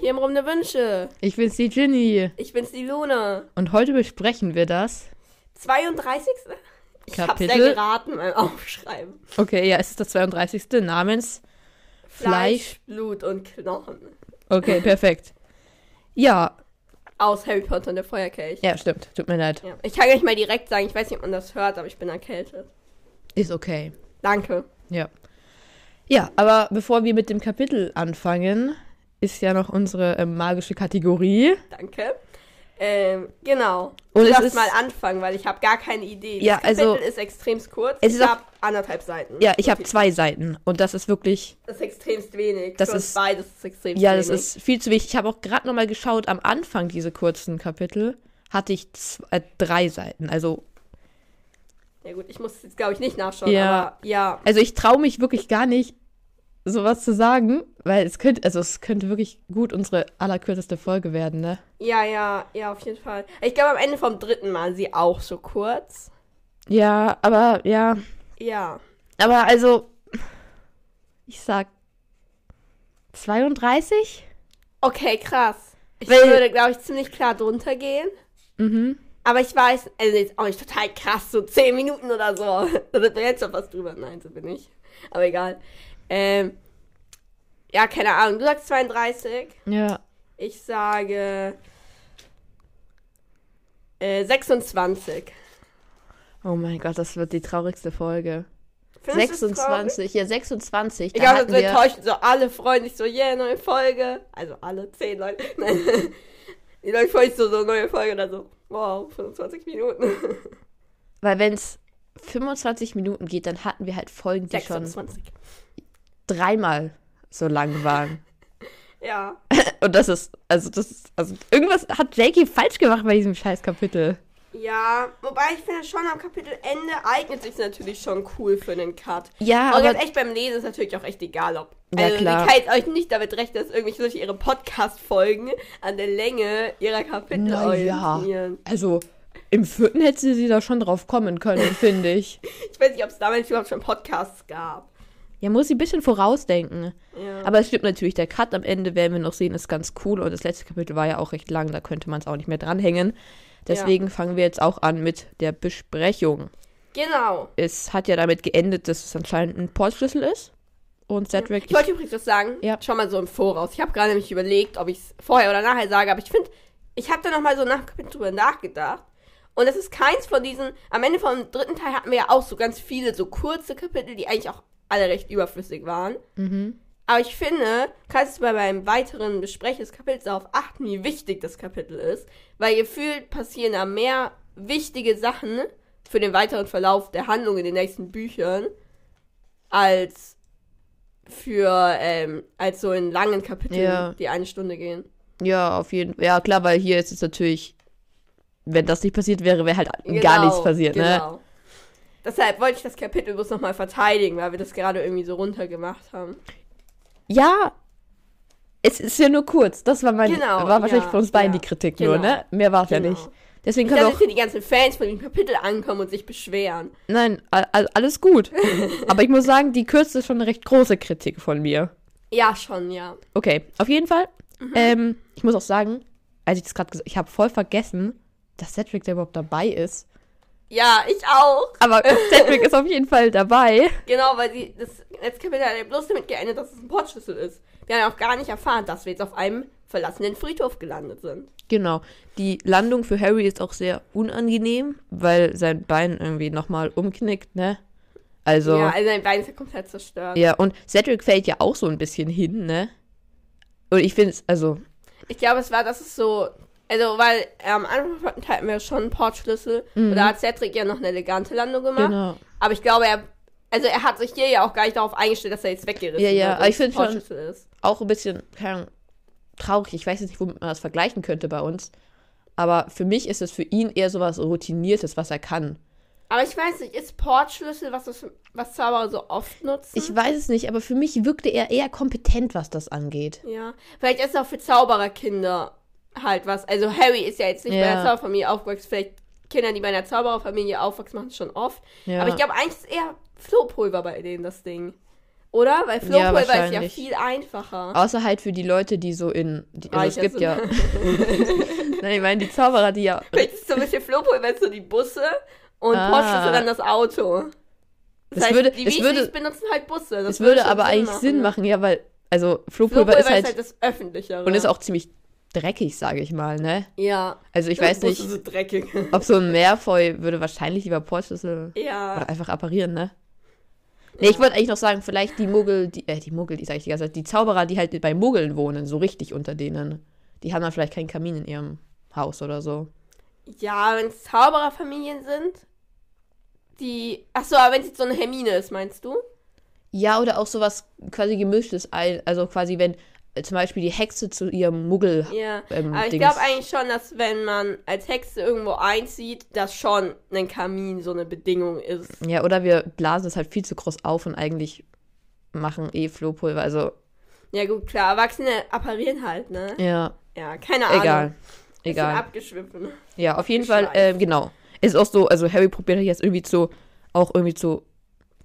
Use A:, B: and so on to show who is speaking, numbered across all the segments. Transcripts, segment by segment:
A: hier im Raum der Wünsche.
B: Ich bin's die Ginny.
A: Ich bin's die Luna.
B: Und heute besprechen wir das.
A: 32. Ich hab's ja
B: Kapitel?
A: geraten beim Aufschreiben.
B: Okay, ja, es ist das 32. namens. Fleisch.
A: Blut und Knochen.
B: Okay, perfekt. Ja,
A: Aus Harry Potter und der Feuerkelch.
B: ja, stimmt. Tut mir leid.
A: Ja. Ich kann euch mal direkt sagen, ich weiß nicht, ob man das hört, aber ich bin erkältet.
B: Ist okay.
A: Danke.
B: Ja. Ja, aber bevor wir mit dem Kapitel anfangen, ist ja noch unsere ähm, magische Kategorie.
A: Danke. Ähm, genau. du
B: Und es
A: darfst
B: ist-
A: mal anfangen, weil ich habe gar keine Idee.
B: Ja,
A: das Kapitel
B: also-
A: ist extremst kurz.
B: Es ist
A: ich
B: auch-
A: habe anderthalb Seiten.
B: Ja, ich
A: So
B: habe
A: viel.
B: zwei Seiten und das ist wirklich,
A: Das ist extremst wenig.
B: Das
A: Für uns
B: ist-
A: beides ist extremst
B: ja,
A: wenig.
B: das ist viel zu wichtig. Ich habe auch gerade noch mal geschaut, am Anfang diese kurzen Kapitel hatte ich z- äh, drei Seiten. Also,
A: Ja gut, ich muss jetzt glaube ich nicht nachschauen,
B: Ja.
A: aber ja.
B: also ich traue mich wirklich gar nicht, sowas zu sagen, weil es könnte, also es könnte wirklich gut unsere allerkürzeste Folge werden, ne?
A: Ja, ja, ja, auf jeden Fall. Ich glaube am Ende vom dritten Mal sie auch so kurz.
B: Ja, aber ja,
A: Ja.
B: aber also, ich sag 32?
A: Okay, krass. Ich
B: Weil-
A: würde glaube ich ziemlich klar drunter gehen.
B: Mhm.
A: Aber ich weiß, also jetzt auch nicht total krass, so 10 Minuten oder so. Da sind wir jetzt schon fast drüber. Nein, so bin ich. Aber egal. Ähm, ja, keine Ahnung. Du sagst 32.
B: Ja.
A: Ich sage äh, 26.
B: Oh mein Gott, das wird die traurigste Folge.
A: Findest du's traurig?
B: 26, ja 26.
A: Ich
B: da
A: glaube,
B: hatten
A: das
B: wir-
A: enttäuscht so alle Freunde. Ich so, yeah, neue Folge. Also alle zehn Leute. Nein. Die Leute freuen sich so, so neue Folge oder so. Wow, 25 Minuten.
B: Weil wenn es 25 Minuten geht, dann hatten wir halt Folgen, die schon
A: 26.
B: dreimal so lang waren.
A: Ja.
B: Und das ist, also das ist, also irgendwas hat Jakey falsch gemacht bei diesem scheiß Kapitel.
A: Ja, wobei ich finde schon am Kapitelende eignet sich natürlich schon cool für einen Cut.
B: Ja,
A: Aber
B: aber
A: ganz echt beim Lesen ist natürlich auch echt egal, ob.
B: Ja,
A: also,
B: klar.
A: ich kann jetzt euch nicht damit rechnen, dass irgendwelche Leute ihre Podcast-Folgen an der Länge ihrer Kapitel
B: Na ja.
A: orientieren.
B: also im vierten hätte sie da schon drauf kommen können, finde ich.
A: Ich weiß nicht, ob es damals überhaupt schon Podcasts gab.
B: Ja, muss sie ein bisschen vorausdenken.
A: Ja.
B: Aber es stimmt natürlich, der Cut am Ende werden wir noch sehen, ist ganz cool. Und das letzte Kapitel war ja auch recht lang, da könnte man es auch nicht mehr dranhängen. Deswegen fangen wir jetzt auch an mit der Besprechung.
A: genau.
B: es hat ja damit geendet, dass es anscheinend ein Portschlüssel ist. Und Cedric.
A: Ich wollte übrigens was sagen,
B: Ja.
A: schon mal so im Voraus. Ich habe gerade nämlich überlegt, ob ich es vorher oder nachher sage, aber ich finde, ich habe da nochmal so nach Kapitel drüber nachgedacht. Und es ist keins von diesen, am Ende vom dritten Teil hatten wir ja auch so ganz viele so kurze Kapitel, die eigentlich auch alle recht überflüssig waren. Aber ich finde, kannst du bei meinem weiteren Besprechen des Kapitels darauf achten, wie wichtig das Kapitel ist, weil gefühlt passieren da mehr wichtige Sachen für den weiteren Verlauf der Handlung in den nächsten Büchern als für ähm, als so in langen Kapiteln,
B: Ja.
A: die eine Stunde gehen.
B: ja, auf jeden Fall. Ja, klar, weil hier ist es natürlich, wenn das nicht passiert wäre, wäre halt gar nichts passiert, ne?
A: genau. Deshalb wollte ich das Kapitel bloß nochmal verteidigen, weil wir das gerade irgendwie so runtergemacht haben.
B: Ja. Es ist ja nur kurz. Das war mein,
A: Genau,
B: war wahrscheinlich
A: ja,
B: von uns beiden
A: ja,
B: die Kritik
A: genau.
B: nur, ne? Mehr war es ja
A: Genau.
B: nicht. Deswegen
A: Ich
B: kann
A: glaube,
B: auch.
A: dass hier die ganzen Fans von dem Kapitel ankommen und sich beschweren.
B: Nein, a- a- alles gut. Aber ich muss sagen, die Kürze ist schon eine recht große Kritik von mir.
A: Ja, schon, ja.
B: Okay, auf jeden Fall.
A: Mhm.
B: Ähm, ich muss auch sagen, als ich das gerade gesagt ich habe voll vergessen, dass Cedric da überhaupt dabei ist.
A: Ja, ich auch.
B: Aber Cedric ist auf jeden Fall dabei.
A: Genau, weil sie das letzte Kapitel hat ja bloß damit geendet, dass es ein Portschlüssel ist. Wir haben ja auch gar nicht erfahren, dass wir jetzt auf einem verlassenen Friedhof gelandet sind.
B: Genau. Die Landung für Harry ist auch sehr unangenehm, weil sein Bein irgendwie nochmal umknickt, ne? Also.
A: Ja,
B: Ja,
A: also sein Bein ist ja komplett zerstört.
B: und Cedric fällt ja auch so ein bisschen hin, ne? Und ich finde es, also,
A: Ich glaube, es war, dass es so. Also, weil äh, am Anfang hatten wir schon einen Portschlüssel. Und da hat Cedric ja noch eine elegante Landung gemacht.
B: Mhm. genau.
A: Aber ich glaube, er. Also, er hat sich hier ja auch gar nicht darauf eingestellt, dass er jetzt weggerissen
B: Ja, ja,
A: wird. und
B: aber ich finde
A: es ein Portschlüssel Ist.
B: Auch ein bisschen, keine Ahnung, traurig. Ich weiß jetzt nicht, womit man das vergleichen könnte bei uns. Aber für mich ist es für ihn eher sowas Routiniertes, was er kann.
A: Aber ich weiß nicht, ist Portschlüssel, was, das- was Zauberer so oft nutzen?
B: Ich weiß es nicht, aber für mich wirkte er eher kompetent, was das angeht.
A: Ja, vielleicht ist es auch für Zaubererkinder halt was. Also Harry ist ja jetzt nicht bei
B: Ja.
A: einer Zaubererfamilie aufgewachsen. Vielleicht Kinder, die bei einer Zaubererfamilie aufwachsen, machen es schon oft.
B: Ja.
A: Aber ich glaube, eigentlich ist eher Flohpulver bei denen das Ding. Oder? Weil Flowpool war es ja
B: wahrscheinlich.
A: viel einfacher. Ah,
B: Außer halt für die Leute, die so in. Die, also
A: Reicher
B: es gibt
A: sind.
B: ja. Nein, ich meine, die Zauberer, die ja.
A: Vielleicht ist es so ein bisschen Flowpool, weil es so die Busse und
B: Ah.
A: Porsche sind dann das Auto.
B: Das würde-
A: die
B: es
A: Weasleys
B: würde-
A: benutzen halt Busse. Das
B: Es würde
A: schon
B: aber eigentlich Sinn
A: ne?
B: machen, ja, weil. Also, Flohpulver
A: Flowpool
B: ist
A: war
B: halt.
A: halt das Öffentlichere.
B: und ist auch ziemlich dreckig, sage ich mal, ne?
A: Ja.
B: Also, ich weiß
A: Busse
B: nicht,
A: sind dreckig.
B: ob so ein Meerfeu würde wahrscheinlich lieber Portschlüssel
A: ja.
B: oder einfach apparieren, ne? Nee, ich wollte eigentlich noch sagen, vielleicht die Muggel, die, äh, die Muggel, die sag ich die ganze Zeit, die Zauberer, die halt bei Muggeln wohnen, so richtig unter denen. Die haben dann vielleicht keinen Kamin in ihrem Haus oder so.
A: Ja, wenn es Zaubererfamilien sind, die. Achso, aber wenn es jetzt so eine Hermine ist, meinst du?
B: Ja, oder auch sowas quasi gemischtes, Ei- also quasi wenn äh, zum Beispiel die Hexe zu ihrem Muggel.
A: Ja.
B: Ähm,
A: aber ich
B: Dings.
A: glaube eigentlich schon, dass wenn man als Hexe irgendwo einzieht, dass schon ein Kamin so eine Bedingung ist.
B: Ja, oder wir blasen es halt viel zu groß auf und eigentlich machen eh Flohpulver, also
A: Ja, gut, klar. Erwachsene apparieren halt, ne?
B: ja,
A: Ja, Also, keine Ahnung.
B: egal.
A: Bisschen
B: Egal.
A: abgeschwiffen.
B: Ja, auf jeden Fall,
A: abgeschweift.
B: ähm, genau. Es ist auch so, also Harry probiert jetzt irgendwie zu, auch irgendwie zu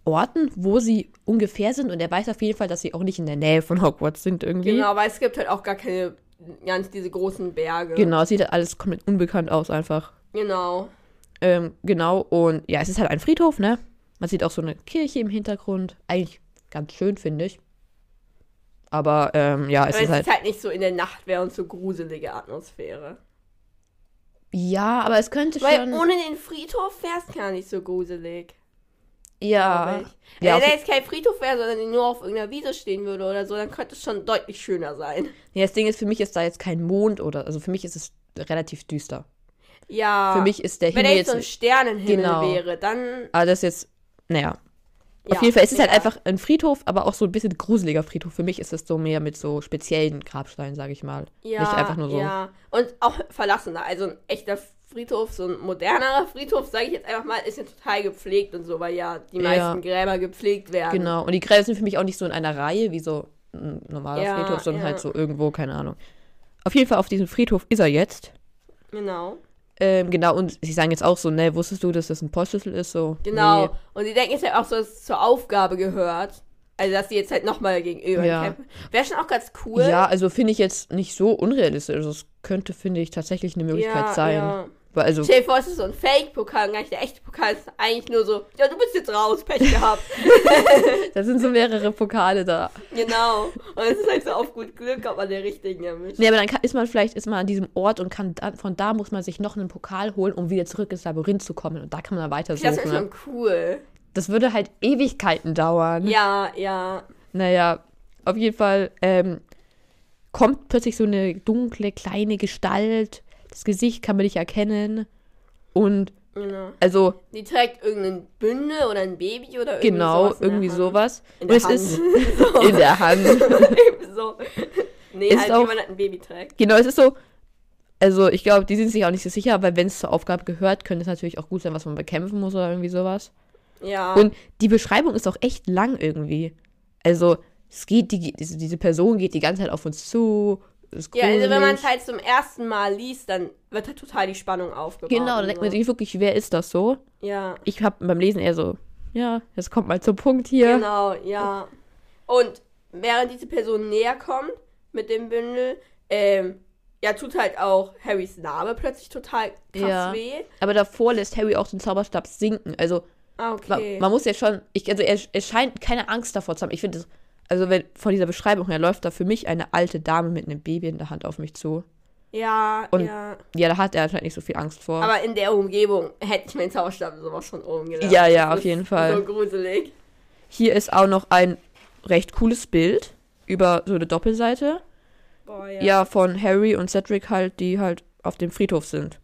B: Orten, wo sie ungefähr sind und er weiß auf jeden Fall, dass sie auch nicht in der Nähe von Hogwarts sind irgendwie.
A: Genau, weil es gibt halt auch gar keine, ganz diese großen Berge.
B: Genau, es sieht halt alles komplett unbekannt aus einfach.
A: Genau.
B: Ähm, genau, und ja, es ist halt ein Friedhof, ne? Man sieht auch so eine Kirche im Hintergrund. Eigentlich ganz schön, finde ich. Aber ähm, ja, es
A: Aber
B: ist halt.
A: es ist halt nicht so in der Nacht wäre und so gruselige Atmosphäre.
B: Ja, aber es könnte
A: Weil
B: schon.
A: ohne den Friedhof wäre es gar nicht so gruselig.
B: ja.
A: glaub ich.
B: Ah. Ja,
A: Wenn da
B: auf,
A: jetzt kein Friedhof wäre, sondern die nur auf irgendeiner Wiese stehen würde oder so, dann könnte es schon deutlich schöner sein.
B: ja, das Ding ist, für mich ist da jetzt kein Mond oder. Also für mich ist es relativ düster.
A: Ja.
B: Für mich ist der
A: Wenn
B: Himmel
A: da jetzt so ein
B: jetzt.
A: Sternenhimmel
B: Genau.
A: wäre, dann.
B: Aber das ist jetzt. Naja.
A: ja,
B: auf jeden Fall ist es halt
A: egal.
B: einfach ein Friedhof, aber auch so ein bisschen gruseliger Friedhof. Für mich ist es so mehr mit so speziellen Grabsteinen, sage ich mal.
A: Ja,
B: Nicht einfach nur so.
A: Ja, und auch verlassener. Also ein echter Friedhof, so ein modernerer Friedhof, sage ich jetzt einfach mal, ist ja total gepflegt und so, weil ja die
B: Ja.
A: meisten Gräber gepflegt werden.
B: Genau, und die Gräber sind für mich auch nicht so in einer Reihe wie so ein normaler
A: Ja,
B: Friedhof, sondern
A: ja.
B: halt so irgendwo, keine Ahnung. Auf jeden Fall auf diesem Friedhof ist er jetzt.
A: Genau.
B: Ähm, genau, und sie sagen jetzt auch so, ne, wusstest du, dass das ein Postschlüssel ist? So,
A: Genau.
B: Nee.
A: Und die denken jetzt halt auch so, dass es zur Aufgabe gehört. Also, dass die jetzt halt nochmal gegenüber
B: Ja.
A: kämpfen. Wäre schon auch ganz cool.
B: Ja, also finde ich jetzt nicht so unrealistisch. Also es könnte, finde ich, tatsächlich eine Möglichkeit
A: Ja,
B: sein.
A: ja.
B: Weil also,
A: Stell dir vor, es ist so ein Fake-Pokal und gar nicht der echte Pokal. Es ist eigentlich nur so, ja, du bist jetzt raus, Pech gehabt.
B: da sind so mehrere Pokale da.
A: genau. Und es ist halt so auf gut Glück, ob man den richtigen erwischt.
B: Nee, aber dann kann, ist man vielleicht ist man an diesem Ort und kann da, von da muss man sich noch einen Pokal holen, um wieder zurück ins Labyrinth zu kommen. Und da kann man dann weiter
A: Das
B: suchen.
A: wäre
B: ne? Hm.
A: schon cool.
B: Das würde halt Ewigkeiten dauern.
A: Ja, ja.
B: Naja, auf jeden Fall ähm, kommt plötzlich so eine dunkle, kleine Gestalt. Das Gesicht kann man nicht erkennen. Und
A: Genau.
B: also,
A: Die trägt irgendein Bündel oder ein Baby oder irgendwie
B: genau,
A: sowas in der
B: irgendwie
A: Hand.
B: sowas.
A: In
B: Und
A: der
B: es
A: Hand.
B: ist in der Hand.
A: Eben so. Nee,
B: Ist
A: halt,
B: auch-
A: wie man halt ein Baby trägt.
B: Genau, es ist so. Also, ich glaube, die sind sich auch nicht so sicher, aber wenn es zur Aufgabe gehört, könnte es natürlich auch gut sein, was man bekämpfen muss oder irgendwie sowas.
A: Ja.
B: Und die Beschreibung ist auch echt lang irgendwie. Also, es geht, die, diese diese Person geht die ganze Zeit auf uns zu. Ist
A: ja, also wenn man
B: gruselig.
A: es halt zum ersten Mal liest, dann wird halt total die Spannung aufgebaut.
B: Genau, da
A: und
B: denkt man
A: so.
B: sich wirklich, wer ist das so?
A: Ja,
B: Ich habe beim Lesen eher so, ja, jetzt kommt mal zum Punkt hier.
A: genau, ja. Und während diese Person näher kommt mit dem Bündel, ähm, ja, tut halt auch Harrys Narbe plötzlich total krass
B: Ja.
A: weh.
B: Aber davor lässt Harry auch den Zauberstab sinken. Also
A: Ah,
B: ma-
A: okay.
B: man muss ja schon, ich, also er, er scheint keine Angst davor zu haben. Ich finde, das- also wenn, von dieser Beschreibung her läuft da für mich eine alte Dame mit einem Baby in der Hand auf mich zu.
A: ja,
B: Und-
A: ja.
B: Ja, da hat er anscheinend nicht so viel Angst vor.
A: Aber in der Umgebung hätte ich meinen Zauberstab sowas von oben gelassen.
B: Ja, ja,
A: Das
B: auf
A: ist
B: jeden Fall.
A: So gruselig.
B: Hier ist auch noch ein recht cooles Bild über so eine Doppelseite.
A: Boah,
B: Ja, von Harry und Cedric halt, die halt auf dem Friedhof sind.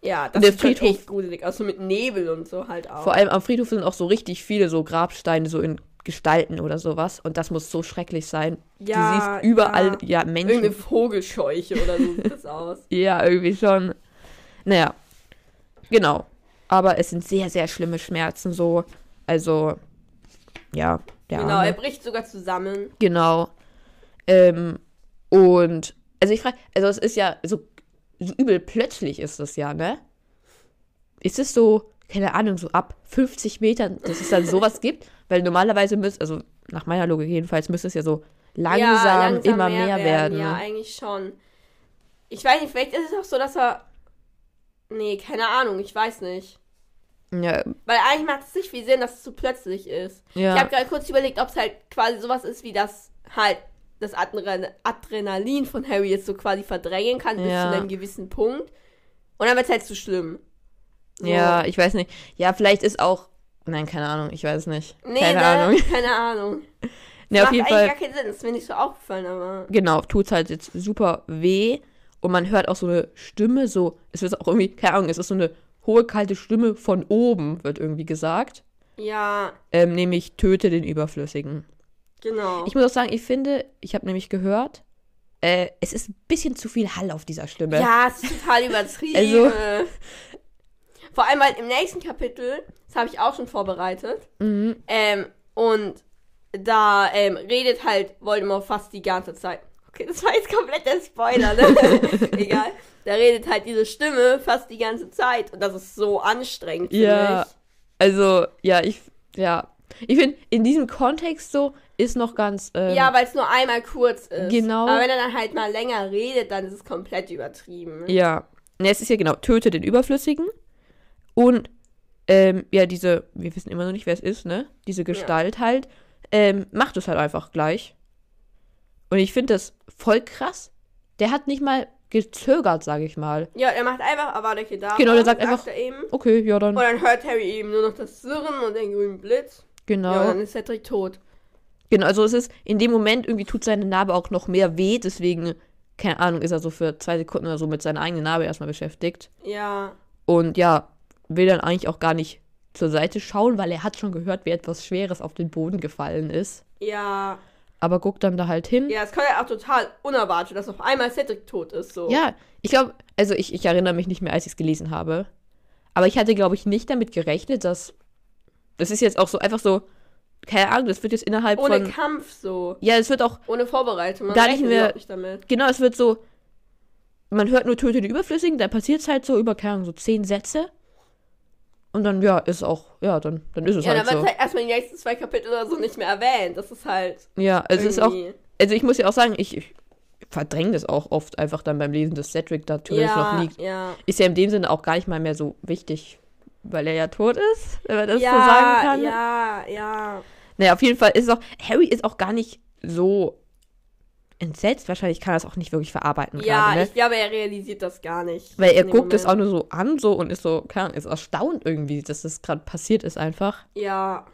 A: Ja, das
B: Der
A: sieht schon
B: Friedhof.
A: echt gruselig aus, so mit Nebel und so halt auch.
B: Vor allem am Friedhof sind auch so richtig viele so Grabsteine, so in Gestalten oder sowas. Und das muss so schrecklich sein.
A: Ja,
B: du siehst überall
A: ja.
B: ja, Menschen.
A: Irgendeine Vogelscheuche oder so sieht das aus.
B: Ja, irgendwie schon. Naja. Genau. Aber es sind sehr, sehr schlimme Schmerzen so. Also, ja. Der
A: Genau, er
B: Arme.
A: bricht sogar zusammen.
B: genau. Ähm, und, also ich frage, also es ist ja so, so übel plötzlich ist das ja, ne? Ist es so, keine Ahnung, so ab 50 Metern, dass es dann sowas gibt? Weil normalerweise müsst, also nach meiner Logik jedenfalls, müsste es ja so langsam, immer mehr, werden.
A: Ja,
B: ne?
A: eigentlich schon. Ich weiß nicht, vielleicht ist es auch so, dass er. Nee, keine Ahnung, ich weiß nicht.
B: Ja,
A: Weil eigentlich macht es nicht viel Sinn, dass es so plötzlich ist. Ich
B: ja.
A: habe gerade kurz überlegt, ob es halt quasi sowas ist wie das halt das Adren Adrenalin von Harry jetzt so quasi verdrängen kann bis
B: Ja.
A: zu einem gewissen Punkt. Und dann wird es halt zu schlimm. So.
B: ja, ich weiß nicht. Ja, vielleicht ist auch. Nein, keine Ahnung, ich weiß nicht.
A: Nee,
B: keine
A: ne?
B: Ahnung.
A: Keine Ahnung.
B: Nee,
A: macht
B: auf
A: eigentlich
B: jeden Fall.
A: gar keinen Sinn. Das ist mir nicht so aufgefallen, aber.
B: genau, tut's halt jetzt super weh und man hört auch so eine Stimme, so, es wird auch irgendwie, keine Ahnung, es ist so eine hohe, kalte Stimme von oben, wird irgendwie gesagt.
A: Ja,
B: Ähm, nämlich töte den Überflüssigen.
A: genau.
B: Ich muss auch sagen, ich finde, ich habe nämlich gehört, äh, es ist ein bisschen zu viel Hall auf dieser Stimme.
A: Ja, es ist total übertrieben.
B: Also-
A: Vor allem, weil im nächsten Kapitel, das habe ich auch schon vorbereitet,
B: Mhm.
A: ähm, und da ähm, redet halt Voldemort fast die ganze Zeit. Okay, das war jetzt komplett der Spoiler, ne? Egal. Da redet halt diese Stimme fast die ganze Zeit und das ist so anstrengend. finde
B: Ja.
A: ich.
B: Also, ja, ich, ja. Ich finde, in diesem Kontext so ist noch ganz. Ähm,
A: Ja, weil es nur einmal kurz ist.
B: Genau.
A: Aber wenn er dann halt mal länger redet, dann ist es komplett übertrieben.
B: Ja. Ne, es ist ja genau, töte den Überflüssigen und ähm, ja, diese, wir wissen immer noch nicht, wer es ist, ne? Diese Gestalt halt, ähm, macht es halt einfach gleich. Und ich finde das voll krass. Der hat nicht mal gezögert, sage ich mal.
A: Ja, er macht einfach Avada da.
B: Genau, der sagt einfach-
A: Er eben.
B: Okay, ja, dann.
A: Und dann hört Harry eben nur noch das Surren und den grünen Blitz. Ja, und
B: Genau.
A: dann ist Cedric tot.
B: genau, also es ist, in dem Moment irgendwie tut seine Narbe auch noch mehr weh, deswegen, keine Ahnung, ist er so für zwei Sekunden oder so mit seiner eigenen Narbe erstmal beschäftigt.
A: Ja,
B: Und ja, will dann eigentlich auch gar nicht zur Seite schauen, weil er hat schon gehört, wie etwas Schweres auf den Boden gefallen ist.
A: ja.
B: Aber guckt dann da halt hin. Ja,
A: Ja, es kommt ja auch total unerwartet, dass auf einmal Cedric tot ist. So.
B: ich glaube, also ich, ich erinnere mich nicht mehr, als ich es gelesen habe. Aber ich hatte, glaube ich, nicht damit gerechnet, dass. Das ist jetzt auch so einfach so. Keine Ahnung, das wird jetzt innerhalb
A: Ohne
B: von.
A: Kampf so.
B: Ja, es wird auch.
A: Ohne Vorbereitung. Man
B: Gar nicht
A: rechnet
B: mehr-
A: überhaupt nicht damit.
B: Genau, es wird so. Man hört nur Töte die Überflüssigen, dann passiert es halt so über, keine Ahnung, so zehn Sätze. Und dann, ja, ist auch. Ja, dann, dann ist es
A: Ja, dann
B: halt
A: wird
B: so.
A: halt erstmal die nächsten zwei Kapitel oder so nicht mehr erwähnt. Das ist halt.
B: ja, also es ist auch.
A: irgendwie-
B: Also ich muss ja auch sagen, ich, ich verdränge das auch oft einfach dann beim Lesen, dass Cedric da theoretisch
A: Ja,
B: noch liegt.
A: ja.
B: Ist ja in dem Sinne auch gar nicht mal mehr so wichtig, weil er ja tot ist, wenn man das so sagen
A: Ja,
B: kann.
A: ja, ja.
B: Naja, auf jeden Fall ist es auch, Harry ist auch gar nicht so entsetzt. Wahrscheinlich kann er es auch nicht wirklich verarbeiten
A: Ja,
B: gerade, ne?
A: ich glaube, er realisiert das gar nicht.
B: Weil er
A: in dem
B: guckt es auch
A: Moment.
B: nur so an so und ist so, keine Ahnung, ist erstaunt irgendwie, dass das gerade passiert ist einfach.
A: Ja.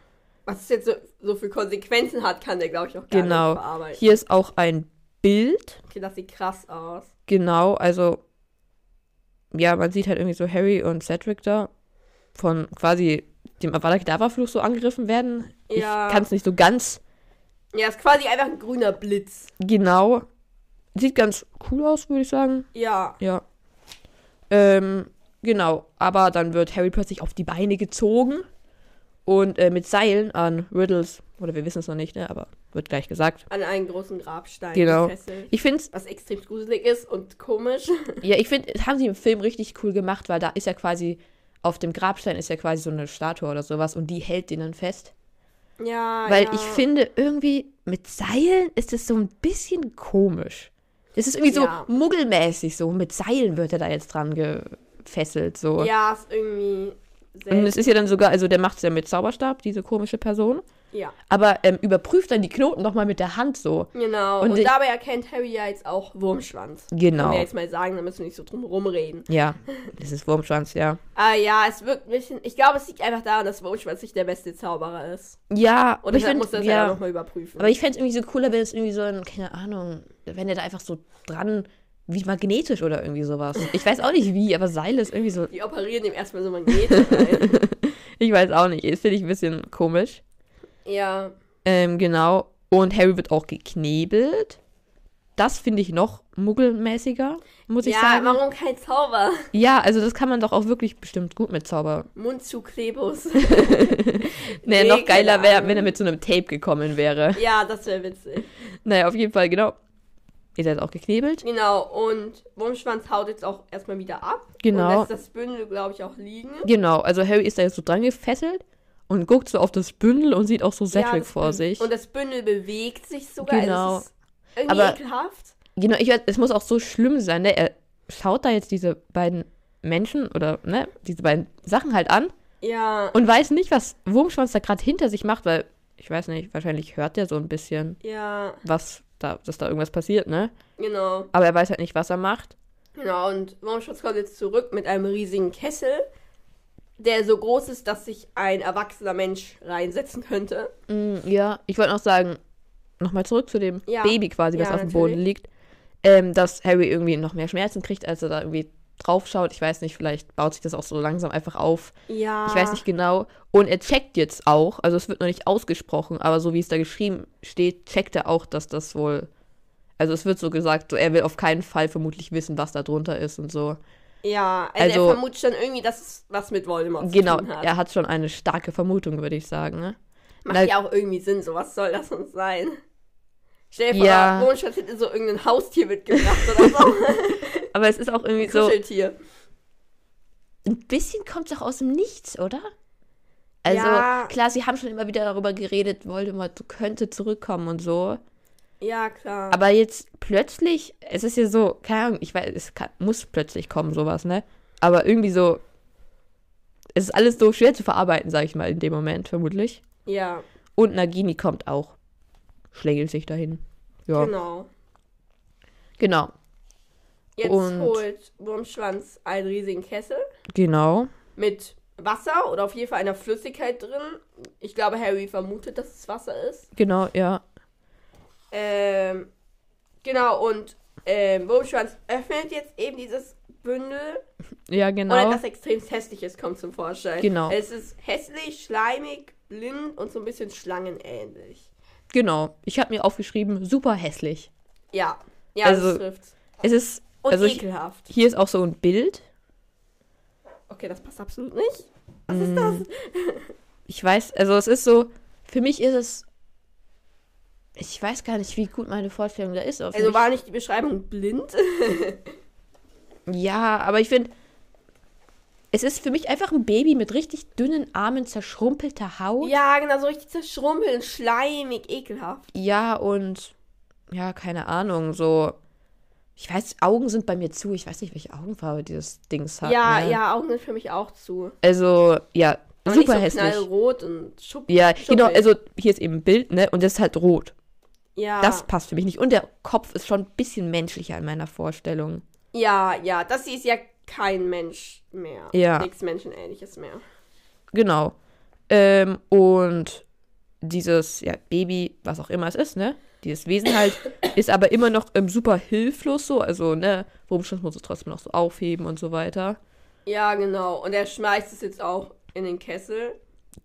A: Was es jetzt so, so für Konsequenzen hat, kann der, glaube ich, auch gar
B: Genau.
A: nicht verarbeiten.
B: Hier ist auch ein Bild
A: Okay, das sieht krass aus.
B: Genau, also ja, man sieht halt irgendwie so Harry und Cedric da von quasi dem Avada Kedavra-Fluch so angegriffen werden.
A: Ja.
B: Ich kann es nicht so ganz
A: Ja, ist quasi einfach ein grüner Blitz.
B: genau. Sieht ganz cool aus, würde ich sagen.
A: Ja.
B: Ja. Ähm, genau, aber dann wird Harry plötzlich auf die Beine gezogen und äh, mit Seilen an Riddles, oder wir wissen es noch nicht, ne, aber wird gleich gesagt.
A: An einen großen Grabstein
B: Genau.
A: gefesselt.
B: Ich finde es
A: Was extrem gruselig ist und komisch.
B: Ja, ich finde, das haben sie im Film richtig cool gemacht, weil da ist ja quasi, auf dem Grabstein ist ja quasi so eine Statue oder sowas und die hält den dann fest.
A: ja.
B: Weil
A: Ah, ja.
B: ich finde, irgendwie mit Seilen ist es so ein bisschen komisch. Es ist irgendwie
A: Ja.
B: so muggelmäßig, so mit Seilen wird er da jetzt dran gefesselt, so.
A: Ja, ist irgendwie.
B: Und
A: Selten.
B: es ist ja dann sogar, also der macht es ja mit Zauberstab, diese komische Person.
A: Ja,
B: Aber ähm, überprüft dann die Knoten nochmal mit der Hand so.
A: genau.
B: Und
A: Und,
B: ich-
A: dabei erkennt Harry ja jetzt auch Wurmschwanz.
B: Genau.
A: Können wir jetzt mal sagen, da müssen wir nicht so drum rumreden.
B: Ja, das ist Wurmschwanz, ja.
A: Ah ja, es wirkt ein bisschen. Ich glaube, es liegt einfach daran, dass Wurmschwanz nicht der beste Zauberer ist.
B: Ja,
A: Und
B: aber ich
A: deshalb
B: find-
A: muss er halt das
B: ja.
A: ja nochmal überprüfen.
B: Aber ich fände es irgendwie so cooler, wenn es irgendwie so ein, keine Ahnung, wenn er da einfach so dran, wie magnetisch oder irgendwie sowas. Ich weiß auch nicht wie, aber Seil ist irgendwie so,
A: Die operieren ihm erstmal so Magneten rein.
B: ich weiß auch nicht, das finde ich ein bisschen komisch.
A: ja.
B: Ähm, genau. Und Harry wird auch geknebelt. Das finde ich noch muggelmäßiger, muss ich
A: Ja,
B: sagen.
A: warum kein Zauber?
B: Ja, also das kann man doch auch wirklich bestimmt gut mit Zauber.
A: Mund zu Klebus.
B: Nee,
A: Nee,
B: noch geiler
A: keine
B: wäre,
A: Ahnung.
B: wenn er mit so einem Tape gekommen wäre.
A: ja, das wäre witzig.
B: Naja, auf jeden Fall, genau. Ihr seid auch geknebelt.
A: Genau, und Wurmschwanz haut jetzt auch erstmal wieder ab.
B: Genau.
A: Und lässt das Bündel, glaube ich, auch liegen.
B: Genau, also Harry ist da jetzt so dran gefesselt und guckt so auf das Bündel und sieht auch so
A: Ja,
B: Cedric
A: das
B: vor
A: Bündel-
B: sich.
A: Und das Bündel bewegt sich sogar.
B: Genau.
A: Genau. Es ist irgendwie
B: Aber-
A: ekelhaft.
B: Genau, ich weiß, es muss auch so schlimm sein, ne? Er schaut da jetzt diese beiden Menschen oder, ne, diese beiden Sachen halt an
A: Ja.
B: und weiß nicht, was Wurmschwanz da gerade hinter sich macht, weil, ich weiß nicht, wahrscheinlich hört er so ein bisschen,
A: ja,
B: was da, dass da irgendwas passiert, ne?
A: genau.
B: Aber er weiß halt nicht, was er macht.
A: Genau. Und Wormschutz kommt jetzt zurück mit einem riesigen Kessel, der so groß ist, dass sich ein erwachsener Mensch reinsetzen könnte.
B: Mm, ja, ich wollte noch sagen, nochmal zurück zu dem
A: Ja.
B: Baby quasi, was
A: Ja,
B: auf dem Boden liegt, ähm, dass Harry irgendwie noch mehr Schmerzen kriegt, als er da irgendwie drauf schaut. Ich weiß nicht, vielleicht baut sich das auch so langsam einfach auf.
A: Ja.
B: Ich weiß nicht genau. Und er checkt jetzt auch, also es wird noch nicht ausgesprochen, aber so wie es da geschrieben steht, checkt er auch, dass das wohl. Also es wird so gesagt, so, er will auf keinen Fall vermutlich wissen, was da drunter ist und so.
A: Ja. Also,
B: Also-
A: er vermutet dann irgendwie, dass es was mit Voldemort
B: genau,
A: zu tun hat.
B: er hat schon eine starke Vermutung, würde ich sagen. Ne?
A: Macht
B: Na-
A: ja auch irgendwie Sinn, so was soll das sonst sein? Stell dir vor,
B: Ja.
A: Mondschatz hätte so irgendein Haustier mitgebracht oder so.
B: Aber es ist auch irgendwie so.
A: Kuscheltier.
B: ein bisschen kommt es auch aus dem Nichts, oder? Also,
A: Ja.
B: klar, sie haben schon immer wieder darüber geredet, Voldemort könnte zurückkommen und so.
A: Ja, klar.
B: Aber jetzt plötzlich, es ist ja so, keine Ahnung, ich weiß, es kann, muss plötzlich kommen, sowas, ne? Aber irgendwie so, es ist alles so schwer zu verarbeiten, sag ich mal, in dem Moment, vermutlich.
A: ja,
B: Und Nagini kommt auch, schlängelt sich dahin. Ja, genau.
A: genau. Jetzt
B: Und-
A: holt Wurmschwanz einen riesigen Kessel
B: Genau.
A: mit Wasser oder auf jeden Fall einer Flüssigkeit drin. Ich glaube, Harry vermutet, dass es Wasser ist.
B: Genau, ja.
A: Ähm, genau, und ähm, Wurmschwanz öffnet jetzt eben dieses Bündel
B: Ja,
A: Oder
B: genau.
A: dass extrem hässliches kommt zum Vorschein.
B: Genau.
A: Es ist hässlich, schleimig, blind und so ein bisschen schlangenähnlich.
B: Genau. Ich habe mir aufgeschrieben, super hässlich.
A: Ja. Ja,
B: Also-
A: das trifft.
B: Es ist,
A: Und
B: also ich,
A: ekelhaft.
B: hier ist auch so ein Bild.
A: Okay, das passt absolut nicht. Was ist das?
B: ich weiß, also es ist so, für mich ist es. Ich weiß gar nicht, wie gut meine Vorstellung da ist. Auf
A: Also
B: mich.
A: war nicht die Beschreibung blind?
B: Ja, aber ich finde, es ist für mich einfach ein Baby mit richtig dünnen Armen, zerschrumpelter Haut.
A: ja, genau, so richtig zerschrumpelnd, schleimig, ekelhaft.
B: Ja, und ja, keine Ahnung, so. Ich weiß, Augen sind bei mir zu. Ich weiß nicht, welche Augenfarbe dieses Dings hat.
A: ja,
B: ne?
A: ja, Augen sind für mich auch zu.
B: Also, ja,
A: Aber
B: super
A: nicht so
B: hässlich.
A: knallrot und schupp.
B: Ja,
A: schuppig.
B: genau, also hier ist eben ein Bild, ne? Und das ist halt rot.
A: ja.
B: Das passt für mich nicht. Und der Kopf ist schon ein bisschen menschlicher in meiner Vorstellung.
A: ja, ja, das hier ist ja kein Mensch mehr.
B: Ja.
A: Nichts Menschenähnliches mehr.
B: Genau. Ähm, und dieses ja, Baby, was auch immer es ist, ne? Dieses Wesen halt, ist aber immer noch ähm, super hilflos so. Also, ne? Wurmschwanz muss es trotzdem noch so aufheben und so weiter.
A: Ja, genau. Und er schmeißt es jetzt auch in den Kessel.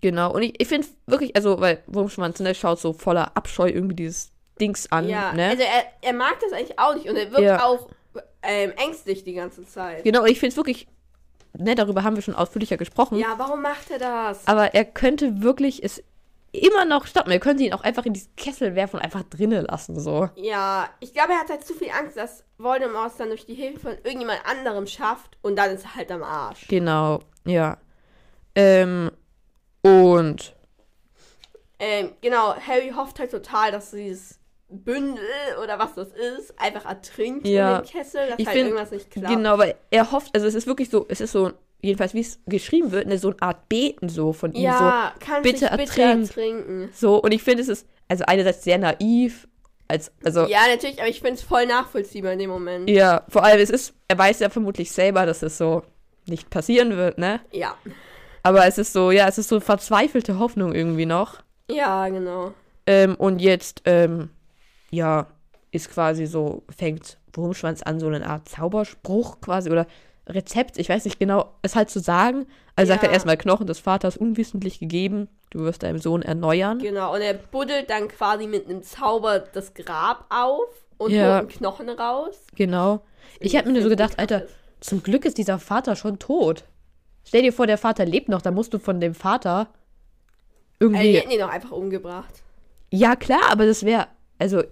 B: Genau. Und ich, ich finde wirklich, also, weil Wurmschwanz, ne, schaut so voller Abscheu irgendwie dieses Dings an,
A: Ja,
B: ne?
A: also er, er mag das eigentlich auch nicht und er wirkt
B: Ja.
A: auch ähm, ängstlich die ganze Zeit.
B: genau, und ich finde es wirklich, ne, darüber haben wir schon ausführlicher gesprochen.
A: Ja, warum macht er das?
B: Aber er könnte wirklich es immer noch stoppen. Er könnte ihn auch einfach in diesen Kessel werfen und einfach drinnen lassen, so.
A: Ja, ich glaube, er hat halt zu viel Angst, dass Voldemort es dann durch die Hilfe von irgendjemand anderem schafft und dann ist er halt am Arsch.
B: Genau, ja. Ähm, und
A: Ähm, genau, Harry hofft halt total, dass dieses Bündel oder was das ist, einfach ertrinkt
B: Ja.
A: in dem Kessel, dass
B: Ich
A: halt
B: find-
A: irgendwas nicht klappt.
B: genau, aber er hofft, also es ist wirklich so, es ist so, jedenfalls wie es geschrieben wird, ne, so eine Art Beten so von ihm.
A: Ja, kannst dich
B: bitte
A: bitte
B: ertrink.
A: ertrinken.
B: So. so, und ich finde, es ist, also einerseits sehr naiv, als, also, ja.
A: Ja, natürlich, aber ich finde es voll nachvollziehbar in dem Moment.
B: vor allem, es ist, er weiß ja vermutlich selber, dass es so nicht passieren wird, ne?
A: Ja.
B: Aber es ist so, ja, es ist so verzweifelte Hoffnung irgendwie noch.
A: Ja, genau.
B: Ähm, und jetzt, ähm, ja, ist quasi so, fängt Wurmschwanz an, so eine Art Zauberspruch quasi oder Rezept, ich weiß nicht genau, es halt zu sagen. Also sagt er
A: Ja.
B: erstmal Knochen des Vaters unwissentlich gegeben, du wirst deinem Sohn erneuern.
A: Genau, und er buddelt dann quasi mit einem Zauber das Grab auf und
B: Ja.
A: holt einen Knochen raus.
B: genau. Ich habe mir nur so gedacht, Alter, zum Glück ist dieser Vater schon tot. Stell dir vor, der Vater lebt noch, da musst du von dem Vater
A: Äh, die
B: irgendwie.
A: hätten ihn auch einfach umgebracht.
B: Ja, klar, aber das wäre. Also,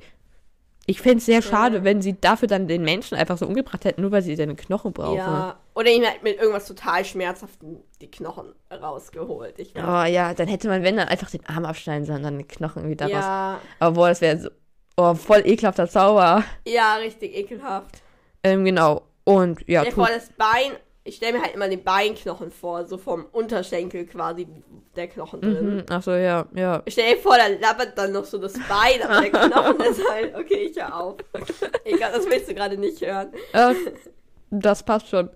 B: ich fände es sehr schade,
A: Ja.
B: wenn sie dafür dann den Menschen einfach so umgebracht hätten, nur weil sie seine Knochen brauchen.
A: Ja, Oder ihm hat mit irgendwas total schmerzhaftem die Knochen rausgeholt. Ich weiß.
B: Oh ja, dann hätte man, wenn dann einfach den Arm abschneiden sollen, dann den Knochen irgendwie daraus.
A: Ja,
B: Aber boah, das wäre so. Oh, voll ekelhafter Zauber.
A: ja, richtig ekelhaft.
B: Ähm, genau. Und ja,
A: Ja,
B: tu,
A: vor das Bein, ich stelle mir halt immer den Beinknochen vor, so vom Unterschenkel quasi der Knochen drin.
B: Mhm, ach so, ja, ja.
A: Ich stell dir vor, da lappert dann noch so das Bein, aber der Knochen ist halt, okay, ich hör auf. Ich glaube, das willst du gerade nicht hören.
B: Äh, das passt schon.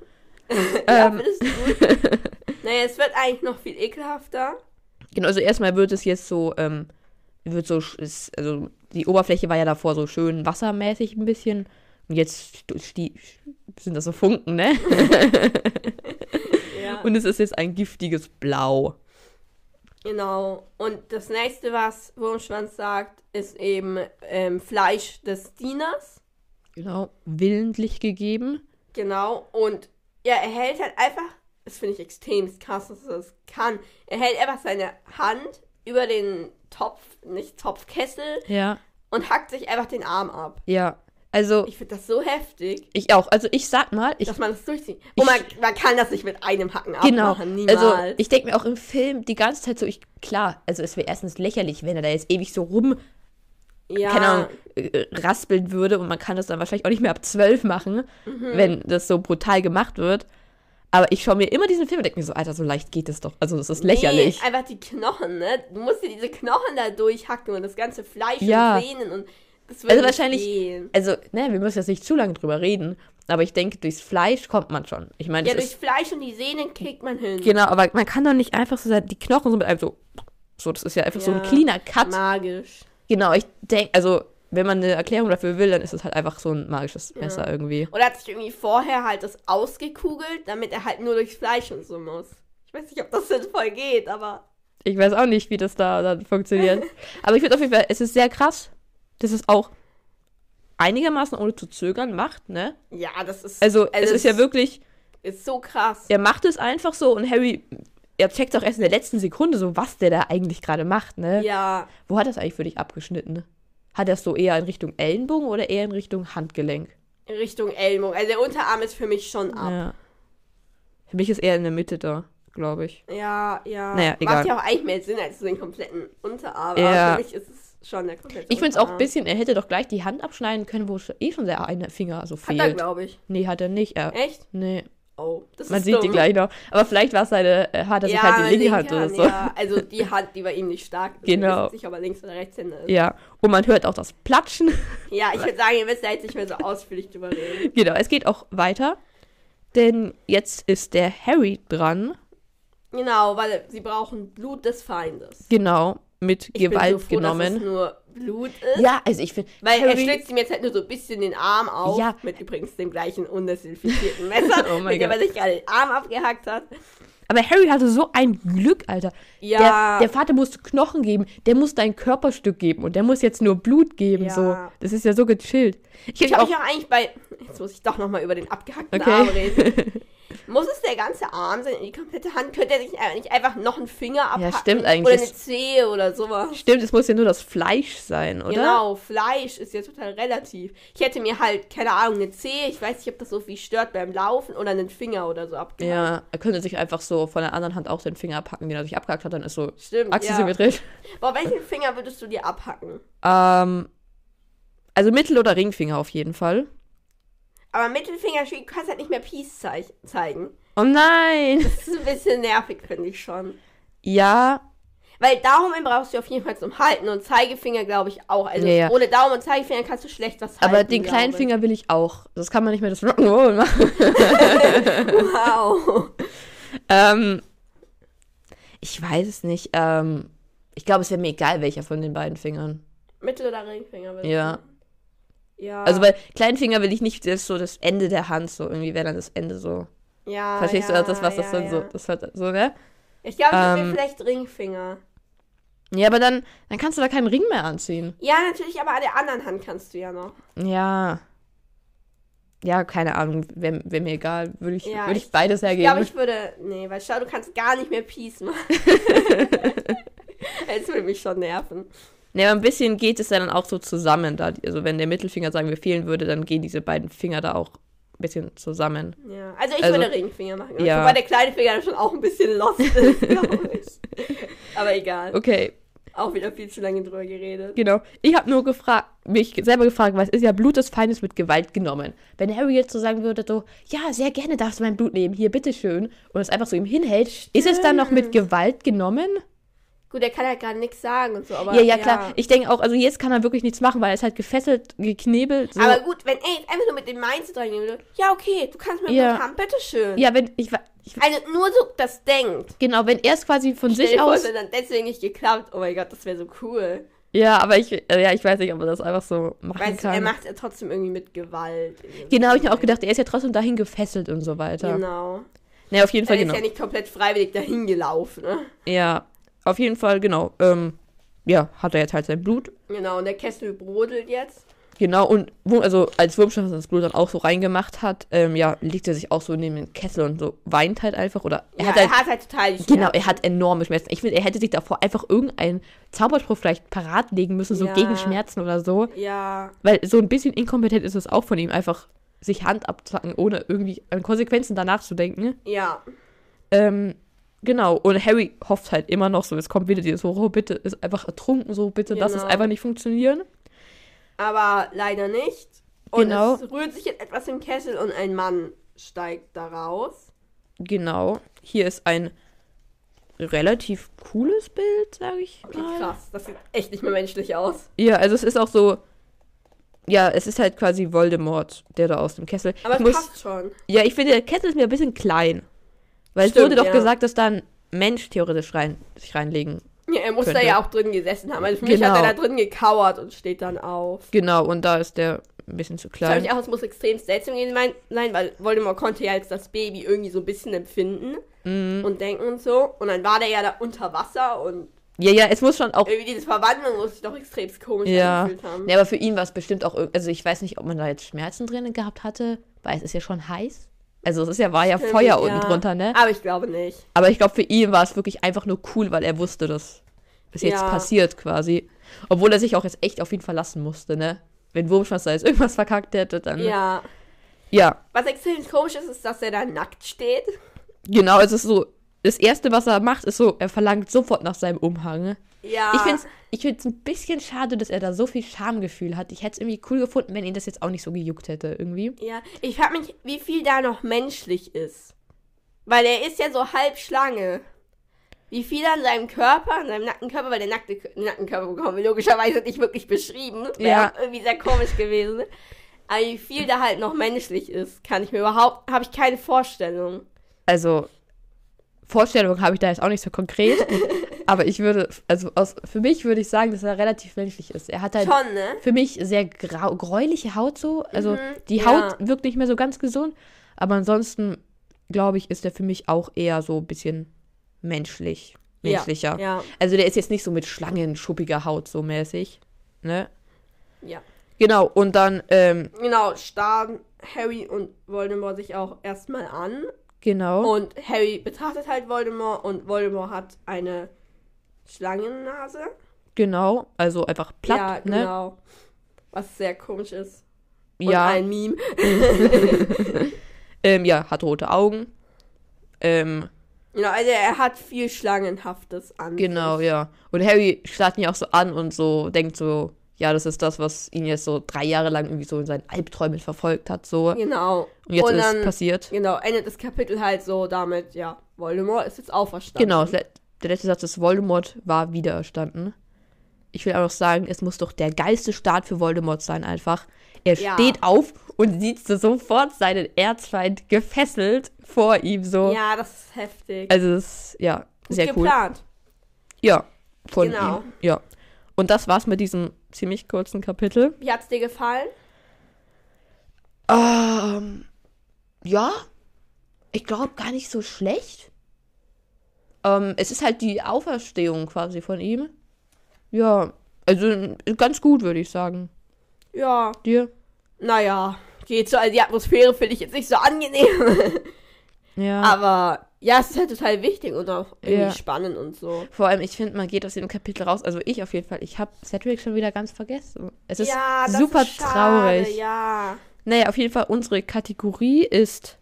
A: Ja,
B: Ähm.
A: findest du gut? naja, es wird eigentlich noch viel ekelhafter.
B: Genau, also erstmal wird es jetzt so, ähm, wird so, sch- ist, also die Oberfläche war ja davor so schön wassermäßig ein bisschen. Und jetzt st- sti- sind das so Funken, ne?
A: Ja,
B: Und es ist jetzt ein giftiges Blau.
A: genau. Und das nächste, was Wurmschwanz sagt, ist eben ähm, Fleisch des Dieners.
B: Genau, willentlich gegeben.
A: Genau, und ja, er hält halt einfach, das finde ich extrem krass, dass er das kann. Er hält einfach seine Hand über den Topf, nicht Topfkessel,
B: Ja.
A: und hackt sich einfach den Arm ab.
B: Ja. Also,
A: Ich finde das so heftig,
B: ich auch. Also, ich sag mal, ich
A: dass man das durchzieht. Und man, man kann das nicht mit einem Hacken
B: Genau.
A: abmachen, niemals.
B: Also ich denke mir auch im Film die ganze Zeit so, ich klar, also es wäre erstens lächerlich, wenn er da jetzt ewig so rum,
A: ja,
B: keine Ahnung, äh, raspeln würde und man kann das dann wahrscheinlich auch nicht mehr ab zwölf machen, wenn das so brutal gemacht wird. Aber ich schaue mir immer diesen Film und denke mir so, Alter, so leicht geht es doch. Also das ist lächerlich.
A: Nee, einfach die Knochen, ne? Du musst dir diese Knochen da durchhacken und das ganze Fleisch
B: Ja.
A: und Sehnen und das wird
B: Also
A: nicht
B: wahrscheinlich-
A: gehen.
B: also, ne, wir müssen jetzt nicht zu lange drüber reden, aber ich denke, durchs Fleisch kommt man schon. Ich meine,
A: Ja,
B: das
A: durch
B: ist,
A: Fleisch und die Sehnen kriegt man hin.
B: genau, aber man kann doch nicht einfach so die Knochen so mit einem so, so, das ist ja einfach so ein
A: Ja.
B: cleaner Cut.
A: Magisch.
B: Genau, ich denke, also, wenn man eine Erklärung dafür will, dann ist es halt einfach so ein magisches Messer irgendwie.
A: Oder hat sich irgendwie vorher halt das ausgekugelt, damit er halt nur durchs Fleisch und so muss. Ich weiß nicht, ob das sinnvoll geht, aber
B: Ich weiß auch nicht, wie das da dann funktioniert. Aber ich finde auf jeden Fall, es ist sehr krass, dass es auch einigermaßen ohne zu zögern macht, ne?
A: ja, das ist.
B: Also, es ist ja wirklich,
A: Ist so krass.
B: er macht es einfach so und Harry, er checkt auch erst in der letzten Sekunde so, was der da eigentlich gerade macht, ne?
A: Ja,
B: Wo hat das eigentlich für dich abgeschnitten? Hat er es so eher in Richtung Ellenbogen oder eher in Richtung Handgelenk?
A: in Richtung Elmo. Also der Unterarm ist für mich schon ab.
B: Ja. Für mich ist eher in der Mitte da, glaube ich.
A: Ja, ja.
B: Naja, egal.
A: Macht ja auch eigentlich mehr Sinn als den kompletten Unterarm.
B: Ja.
A: Aber für mich ist es schon der komplette
B: Ich finde es auch ein
A: Unterarm.
B: bisschen, er hätte doch gleich die Hand abschneiden können, wo sch- eh schon der eine Finger so
A: Hat
B: fehlt.
A: er, glaube ich.
B: nee, hat er nicht. Er,
A: Echt?
B: nee,
A: Oh, das
B: man
A: ist
B: sieht
A: dumm.
B: die gleich noch. Aber vielleicht war es seine, äh, hat er sich
A: ja,
B: halt die linke
A: linke
B: Hand oder so. Ja.
A: Ja, also die Hand, die bei ihm nicht stark ist. Ich
B: Genau.
A: weiß nicht, ob er links oder rechtshänder ist.
B: und man hört auch das Platschen.
A: Ja, ich würde sagen, ihr müsst da jetzt nicht mehr so ausführlich drüber reden.
B: genau, es geht auch weiter. Denn jetzt ist der Harry dran.
A: Genau, weil sie brauchen Blut des Feindes.
B: Genau, mit
A: Ich
B: Gewalt
A: bin so froh, Dass es
B: genommen.
A: nur Blut ist.
B: Ja, also ich finde,
A: Weil er
B: Harry,
A: schlitzt ihm jetzt halt nur so ein bisschen den Arm auf.
B: Ja.
A: Mit übrigens dem gleichen undesinfizierten Messer,
B: Oh mein
A: mit dem
B: Gott.
A: er sich gerade den Arm abgehackt hat.
B: aber Harry hatte so ein Glück, Alter.
A: Ja.
B: Der, der Vater musste Knochen geben, der musste ein Körperstück geben und der muss jetzt nur Blut geben.
A: Ja.
B: So. Das ist ja so gechillt. Ich
A: ich
B: hätte
A: habe
B: auch
A: mich auch eigentlich bei. Jetzt muss ich doch nochmal über den abgehackten
B: Okay.
A: Arm reden. Muss es der ganze Arm sein, die komplette Hand? Könnte er sich äh, nicht einfach noch einen Finger abhacken?
B: stimmt eigentlich.
A: Oder eine Zehe oder sowas?
B: Stimmt, es muss ja nur das Fleisch sein, oder?
A: Genau, Fleisch ist ja total relativ. Ich hätte mir halt, keine Ahnung, eine Zehe, ich weiß nicht, ob das so viel stört beim Laufen oder einen Finger oder so abgehackt.
B: Ja, er könnte sich einfach so von der anderen Hand auch den Finger abhacken, den er sich abgehackt hat, dann ist so
A: Stimmt,
B: Achse
A: ja.
B: symmetrisch.
A: Boah, welchen Finger würdest du dir abhacken?
B: Ähm, also Mittel- oder Ringfinger auf jeden Fall.
A: Aber Mittelfinger, du kannst halt nicht mehr Peace zei zeigen.
B: Oh nein!
A: Das ist ein bisschen nervig, finde ich schon.
B: Ja,
A: Weil Daumen brauchst du auf jeden Fall zum Halten und Zeigefinger, glaube ich, auch. Also
B: Ja, ja.
A: ohne Daumen und Zeigefinger kannst du schlecht was halten.
B: aber den
A: glaub
B: kleinen
A: ich.
B: Finger will ich auch. Das kann man nicht mehr das Rock'n'Roll machen.
A: Wow.
B: ähm, ich weiß es nicht. Ähm, ich glaube, es wäre mir egal, welcher von den beiden Fingern.
A: Mittel- oder Ringfinger, würdest
B: Ja.
A: du? Ja.
B: Also bei kleinen Finger will ich nicht das so das Ende der Hand so irgendwie wäre dann das Ende so.
A: ja,
B: Verstehst
A: Ah, ja,
B: du das was das
A: ja,
B: dann
A: ja.
B: so das hat so ne?
A: Ich glaube, ich ähm,
B: Ähm,
A: mir vielleicht Ringfinger.
B: Ja, aber dann, dann kannst du da keinen Ring mehr anziehen.
A: Ja, natürlich, aber an der anderen Hand kannst du ja noch.
B: Ja. Ja, keine Ahnung, wäre wär mir egal, würde ich,
A: Ja,
B: würd ich
A: ich-
B: beides
A: Ich glaube,
B: hergeben.
A: ich würde. Nee, weil schau, du kannst gar nicht mehr Peace machen. Es würde mich schon nerven.
B: ne, aber ein bisschen geht es dann auch so zusammen. Da, also wenn der Mittelfinger, sagen wir, fehlen würde, dann gehen diese beiden Finger da auch bisschen zusammen.
A: Ja, also ich
B: Also-
A: würde Ringfinger machen.
B: Ja.
A: Wobei der kleine Finger dann schon auch ein bisschen lost ist, glaube ich. Aber egal.
B: Okay,
A: Auch wieder viel zu lange drüber geredet.
B: genau. Ich habe nur gefragt, mich selber gefragt, was ist ja Blut des Feindes mit Gewalt genommen? Wenn Harry jetzt so sagen würde, so, ja, sehr gerne darfst du mein Blut nehmen, hier, bitteschön, und es einfach so ihm hinhält, ist es dann noch mit Gewalt genommen?
A: Gut, er kann halt gerade nichts sagen und so, aber.
B: Ja, ja, klar. Ich denke auch, also jetzt kann er wirklich nichts machen, weil er ist halt gefesselt, geknebelt. So.
A: Aber gut, wenn er jetzt einfach nur mit dem Mindset reinnehmen würde, ja, okay, du kannst mein
B: Ja.
A: Blut haben, bitteschön.
B: ja, wenn ich, wa- ich
A: Also nur so das denkt.
B: genau, wenn er es quasi von
A: Stell
B: sich
A: dir vor,
B: aus.
A: es hätte dann deswegen nicht geklappt. Oh mein Gott, das wäre so cool.
B: Ja, aber ich, äh, ja, ich weiß nicht, ob er das einfach so machen
A: Weißt du, er
B: kann.
A: macht es ja trotzdem irgendwie mit Gewalt. Irgendwie so.
B: genau, habe ich mir auch gedacht, er ist ja trotzdem dahin gefesselt und so weiter.
A: Genau.
B: Nee, auf jeden
A: Er
B: Fall
A: ist
B: genau.
A: ja nicht komplett freiwillig dahin gelaufen, ne?
B: Ja, auf jeden Fall genau. Ähm, ja, hat er jetzt halt sein Blut.
A: Genau, und der Kessel brodelt jetzt.
B: Genau, und wo, also als Wurmstoff das Blut dann auch so reingemacht hat, ähm, ja, legt er sich auch so neben den Kessel und so weint halt einfach. Oder er
A: Ja,
B: hat halt
A: total die
B: Genau,
A: Schmerzen.
B: er hat enorme Schmerzen. Ich finde, er hätte sich davor einfach irgendeinen Zauberspruch vielleicht parat legen müssen, so
A: Ja.
B: gegen Schmerzen oder so.
A: Ja,
B: Weil so ein bisschen inkompetent ist es auch von ihm, einfach sich Hand abzacken, ohne irgendwie an Konsequenzen danach zu denken.
A: ja.
B: Ähm, genau, und Harry hofft halt immer noch so, es kommt wieder dieses, oh bitte, ist einfach ertrunken, so bitte, lass es
A: Genau.
B: einfach nicht funktionieren.
A: Aber leider nicht. Und
B: Genau.
A: es rührt sich jetzt etwas im Kessel und ein Mann steigt daraus.
B: Genau, hier ist ein relativ cooles Bild, sage ich
A: Okay,
B: mal.
A: krass, das sieht echt nicht mehr menschlich aus.
B: Ja, also es ist auch so. Ja, es ist halt quasi Voldemort, der da aus dem Kessel.
A: Aber
B: ich
A: es
B: muss,
A: passt schon.
B: Ja, ich finde, der Kessel ist mir ein bisschen klein. Weil es
A: Stimmt,
B: wurde doch
A: ja.
B: gesagt, dass da ein Mensch theoretisch rein, sich reinlegen.
A: Ja, er muss da
B: Könnte.
A: ja auch drin gesessen haben. Also für mich
B: Genau.
A: hat er da drin gekauert und steht dann auf.
B: Genau, und da ist der ein bisschen zu
A: Das habe
B: klein.
A: ich auch, es muss extrem seltsam gewesen mein- sein, weil Voldemort konnte ja jetzt das Baby irgendwie so ein bisschen empfinden
B: Mhm.
A: und denken und so. Und dann war der ja da unter Wasser und
B: Ja, ja, es muss schon auch.
A: irgendwie diese Verwandlung muss sich doch extrem komisch
B: Ja.
A: angefühlt haben.
B: ja, aber für ihn war es bestimmt auch. irg- Also ich weiß nicht, ob man da jetzt Schmerzen drin gehabt hatte, weil es ist ja schon heiß. Also es ist ja, war ja
A: Stimmt,
B: Feuer
A: ja.
B: unten drunter, ne?
A: Aber ich glaube nicht.
B: Aber ich glaube, für ihn war es wirklich einfach nur cool, weil er wusste, dass es jetzt
A: Ja.
B: passiert quasi. Obwohl er sich auch jetzt echt auf ihn verlassen musste, ne? Wenn Wurmschwanz da jetzt irgendwas verkackt hätte, dann.
A: Ja.
B: Ja,
A: Was extrem komisch ist, ist, dass er da nackt steht.
B: genau. Es ist so. Das erste, was er macht, ist so, er verlangt sofort nach seinem Umhang. ne?
A: Ja.
B: Ich finde es ich find's ein bisschen schade, dass er da so viel Schamgefühl hat. Ich hätte es irgendwie cool gefunden, wenn ihn das jetzt auch nicht so gejuckt hätte, irgendwie.
A: Ja. Ich frage mich, wie viel da noch menschlich ist. Weil er ist ja so halb Schlange. Wie viel an seinem Körper, an seinem nackten Körper, weil der nackte K- nackten Körper bekommen wir logischerweise nicht wirklich beschrieben.
B: Ja.
A: Wäre auch irgendwie sehr komisch gewesen. Aber wie viel da halt noch menschlich ist, kann ich mir überhaupt, habe ich keine Vorstellung.
B: also Vorstellung habe ich da jetzt auch nicht so konkret, aber ich würde, also aus, für mich würde ich sagen, dass er relativ menschlich ist. Er hat halt
A: Schon, ne?
B: für mich sehr grau, gräuliche Haut so, also
A: Mhm,
B: die
A: ja.
B: Haut wirkt nicht mehr so ganz gesund, aber ansonsten glaube ich, ist er für mich auch eher so ein bisschen menschlich, menschlicher.
A: Ja.
B: Also der ist jetzt nicht so mit Schlangen schuppiger Haut so mäßig, ne?
A: Ja. ja.
B: Genau und dann ähm,
A: Genau, starren Harry und Voldemort sich auch erstmal an.
B: genau.
A: Und Harry betrachtet halt Voldemort und Voldemort hat eine Schlangennase.
B: Genau, also einfach
A: ja,
B: platt, ne?
A: genau. Was sehr komisch ist. Und
B: ja.
A: ein Meme.
B: Ähm, ja, hat rote Augen. Ähm,
A: Genau, also er hat viel Schlangenhaftes an.
B: genau, ja. Und Harry starrt ihn ja auch so an und so denkt so, ja, das ist das, was ihn jetzt so drei Jahre lang irgendwie so in seinen Albträumen verfolgt hat, so. Und
A: Genau.
B: jetzt
A: und
B: ist
A: dann,
B: es passiert.
A: genau, endet das Kapitel halt so damit, ja, Voldemort ist jetzt auferstanden.
B: Genau, das let- der letzte Satz ist, Voldemort war wiedererstanden. Ich will auch noch sagen, es muss doch der geilste Start für Voldemort sein, einfach. Er
A: Ja.
B: steht auf und sieht so sofort seinen Erzfeind gefesselt vor ihm, so.
A: Ja, das ist heftig.
B: Also, es ist, ja,
A: Gut
B: sehr cool.
A: geplant.
B: Ja, von
A: Genau.
B: ihm. Ja. Und das war's mit diesem ziemlich kurzen Kapitel.
A: Wie hat's dir gefallen?
B: Ähm, ja, ich glaube gar nicht so schlecht. Ähm, es ist halt die Auferstehung quasi von ihm. Ja, also ganz gut, würde ich sagen.
A: Ja,
B: Dir?
A: naja, geht so. Also die Atmosphäre finde ich jetzt nicht so angenehm.
B: Ja.
A: Aber ja, es ist halt total wichtig und auch irgendwie
B: Ah. Ja.
A: spannend und so.
B: Vor allem, ich finde, man geht aus dem Kapitel raus. Also ich auf jeden Fall. Ich habe Cedric schon wieder ganz vergessen. Es ist
A: ja, das
B: super
A: ist schade,
B: traurig.
A: Ja.
B: Naja, auf jeden Fall, unsere Kategorie ist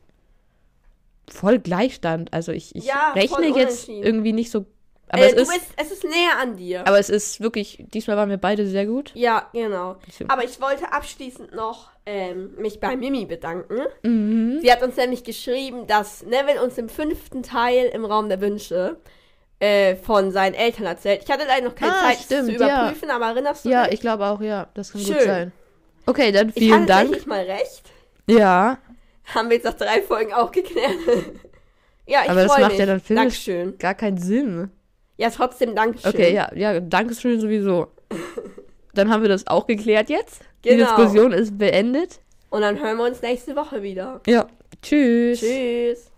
B: voll Gleichstand. Also ich, ich
A: Ja, voll
B: rechne jetzt
A: unentschieden.
B: irgendwie nicht so. Aber,
A: äh,
B: es
A: du
B: ist,
A: bist, es ist näher an dir.
B: aber es ist wirklich, diesmal waren wir beide sehr gut.
A: ja, genau.
B: Bisschen-
A: Aber ich wollte abschließend noch ähm, mich bei Mimi bedanken.
B: Mhm.
A: Sie hat uns nämlich geschrieben, dass Neville uns im fünften Teil im Raum der Wünsche äh, von seinen Eltern erzählt. Ich hatte leider noch keine
B: Ah,
A: Zeit,
B: stimmt,
A: es zu
B: ja.
A: überprüfen, aber erinnerst du
B: Ja,
A: dich?
B: ich glaube auch, ja. Das kann gut
A: Schön.
B: sein. Okay, dann
A: ich hatte
B: vielen Dank.
A: tatsächlich mal recht.
B: Ja,
A: Haben wir jetzt nach drei Folgen auch geklärt. ja, ich
B: aber das
A: freu
B: macht
A: mich.
B: ja dann filmisch
A: Dankeschön.
B: gar keinen Sinn.
A: Ja, trotzdem Dankeschön.
B: Okay, ja, ja, Dankeschön sowieso. Dann haben wir das auch geklärt jetzt. Die
A: Genau.
B: Diskussion ist beendet.
A: Und dann hören wir uns nächste Woche wieder.
B: Ja. Tschüss.
A: Tschüss.